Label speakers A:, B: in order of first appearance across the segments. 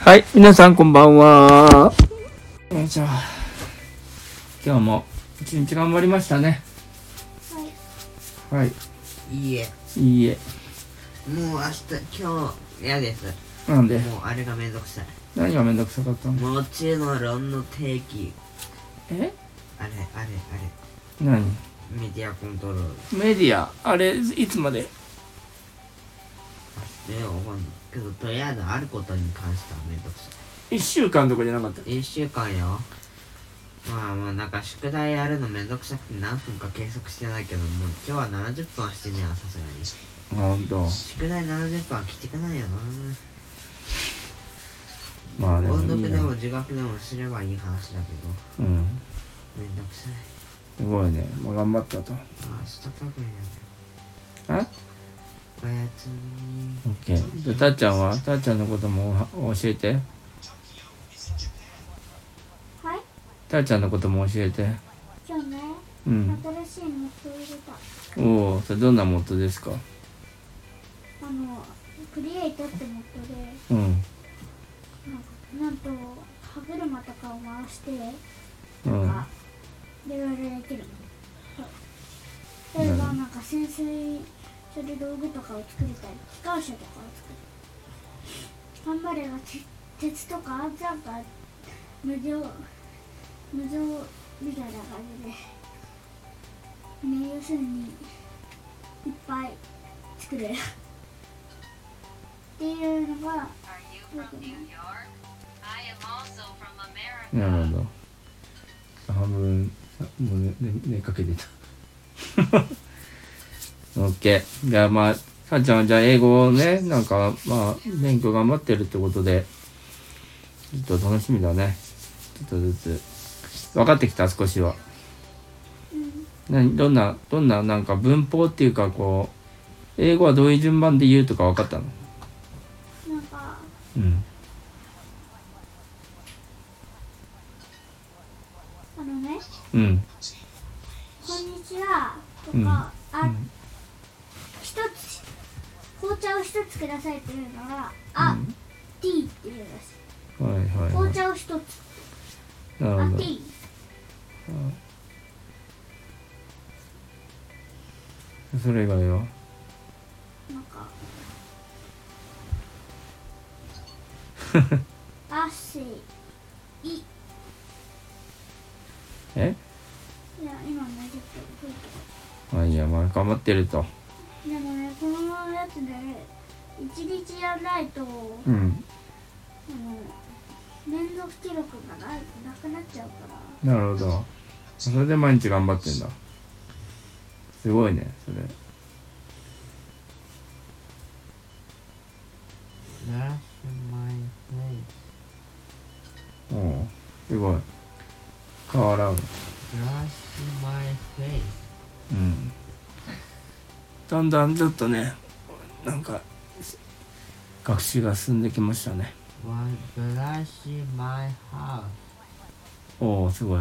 A: はい、皆さんこんばんは。よいしょ。今日も一日頑張りましたね。はい。
B: いいえ
A: いいえ。
B: もう明日今日嫌です
A: なんで、
B: もうあれがめんどくさい
A: 何がめんどくさかったの
B: もう中の論の定期
A: え
B: あれあれあれ
A: 何
B: メディアコントロール
A: メディア、あれ、いつまで
B: でわかんないけどとりあえずあることに関してはめんどくさ
A: ?1 週間とかじゃなかった。
B: い1週間よまあもうなんか宿題やるのめんどくさくて何分か計測してないけどもう今日は70分はしてねえなさすがに
A: ほんと。
B: 宿題70分はきてくないよな
A: まあでも
B: 音
A: いい
B: 読
A: ね
B: でも自学でもすればいい話だけど
A: うん。
B: めんどくさい
A: すごいね。まあ頑張ったと。
B: あ明日多分やる
A: あ
B: おやつに
A: オッケー。じゃあ、たっちゃんはたっちゃんのこともお教えて。
C: はい
A: たっちゃんのことも教えて。
C: 今日ね
A: うん。
C: 新しいモッドを入れた
A: おお、それどんなモッドですか
C: あのクリエイトってモッドで
A: うん。
C: なんと歯車とかを回して
A: うん。
C: あいろいろできるの例えばなんか潜水する道具とかを作りたり機関車とかを作る頑張れば鉄鉄とかなんか無常無常みたいな感じでね要するにいっぱい作れるっていうのが
D: Are you from New York? I am also from
A: な
D: America.
A: るほど。半分、あもうねね寝かけて た。オッケー。じゃあまあ、さっちゃんはじゃあ英語をね、なんか、まあ、勉強頑張ってるってことで、ちょっと楽しみだね。ちょっとずつ。分かってきた、少しは。何どんな、どんな、なんか文法っていうか、こう、英語はどういう順番で言うとか分かったの
C: なんか
A: うん。
C: あのね
A: うん。
C: 「こんにちは」とか
A: う
C: 「
A: ん
C: あ
A: うん
C: 一つ紅茶を一つくださいっていうのが「あ、ティー」っていうらしい
A: はいはい、は
C: 紅
A: い。
C: 茶を一つ「
A: な
C: あ
A: るほ
C: テ
A: ど。
C: ィー」
A: それ以外は
C: なん か「あせい」い
A: え
C: や今ねちょっと吹いて
A: まあいいや、まあ頑張ってると。
C: るでもねこのやつで一日やらないとあの
A: うん。
C: 連続記録がないなくなっちゃうから
A: なるほど。それで毎日頑張ってんだ。すごいね、それ。
B: That's my place.
A: おうすごい。顔洗う。
B: That's my place.
A: うん。だんだんちょっとね、なんか、学習が進んできましたね。
B: One brush my house.
A: おおすごい。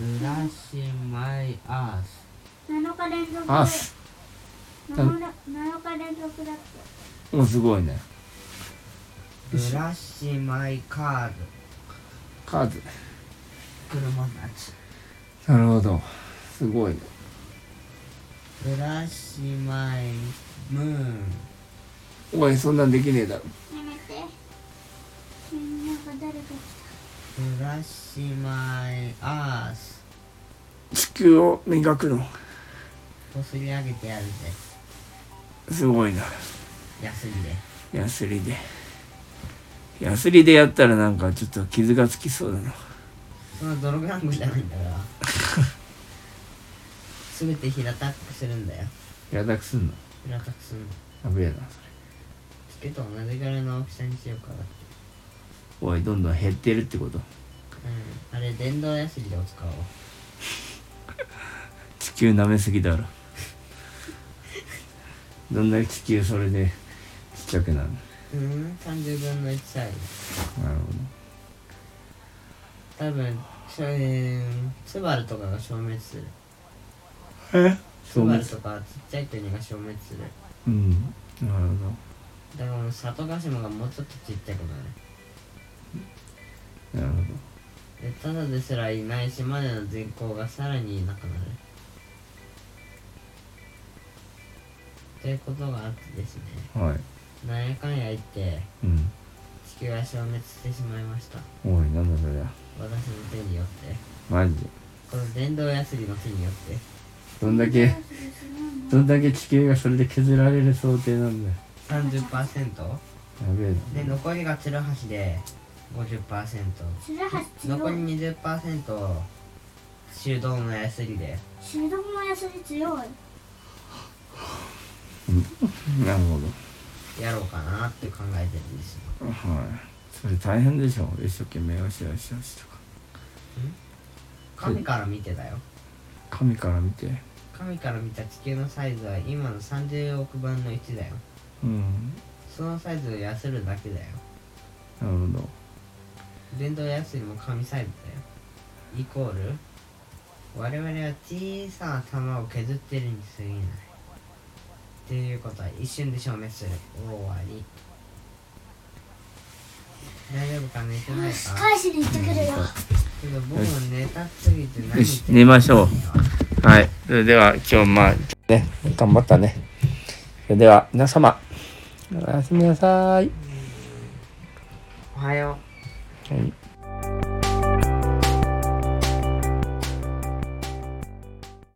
B: Brush my ass.
C: 7日連続
A: あす。
C: 7日7日連続だって
A: おうすごいね。
B: Brush my car.
A: カーズ。
B: 車のやつ。
A: なるほど。すごいね。
B: Brush my moon.
A: おい、そんなんできねえだろ。
C: やめてみんなが誰か
B: Brush my ass.
A: 地球を磨くの。
B: こすり上げてやるぜ。
A: すごいな。
B: 休んで。
A: ヤスリでヤスリでやったらなんかちょっと傷がつきそうだな
B: その泥団子じゃないんだから。すべて平たくするんだよ。
A: やだくすんの
B: 平たくするの。
A: やべえな
B: 月と同じぐらいの大きさにしようかな。
A: それおいどんどん減ってるってこと
B: うん、あれ電動ヤスリを使おう
A: 地球舐めすぎだろ どんだけ地球それでちっちゃくなる
B: うん30分の1サイズ
A: なる
B: 多分しょえーツバルとかが消滅する
A: ほどえ
B: ツ
A: そう
B: バ
A: め
B: ルとかちっちゃい国が消滅する
A: うんなるほ
B: だからもう里ヶ島がもうちょっとちっちゃく
A: な
B: なる
A: るほど
B: でただですらいない島での人口がさらにいなくなるということがあってですね
A: はい。
B: なんやかんや言って
A: うん。
B: 地球は消滅してしまいました
A: おい、なんだそりゃ。
B: 私の手によって
A: マジで。
B: この電動ヤスリの手によって
A: どんだけ、どんだけ地球がそれで削られる想定なんだよ。
B: 30%
A: やべえ
B: で
A: な。
B: 残りがツルハシで50%
C: ツルハシ強
B: 残
C: い
B: り20%を手動のヤスリで
C: 手動のヤスリ強い
A: なるほ
B: やろうかなって考えてるんですよ
A: ど。はい。それ大変でしょ。一生懸命よしよしよしとか。
B: 神から見てだよ
A: 神から見て。
B: 神から見た地球のサイズは今の30億分の1だよ
A: うん。
B: そのサイズを痩せるだけだよ
A: なるほど。
B: 電動ヤスリも紙サイズだよイコール我々は小さな玉を削ってるに過ぎないっていうことは一瞬で消滅する終わり大丈夫か寝てない
C: よ
B: か
C: し返しに行ってくるよ
B: けど僕も寝たすぎて何言ってるか
A: よし寝ましょうはい。それでは、今日、まあ、ね、頑張ったね。それでは、皆様、おやすみなさい。
B: おはよう
A: はい。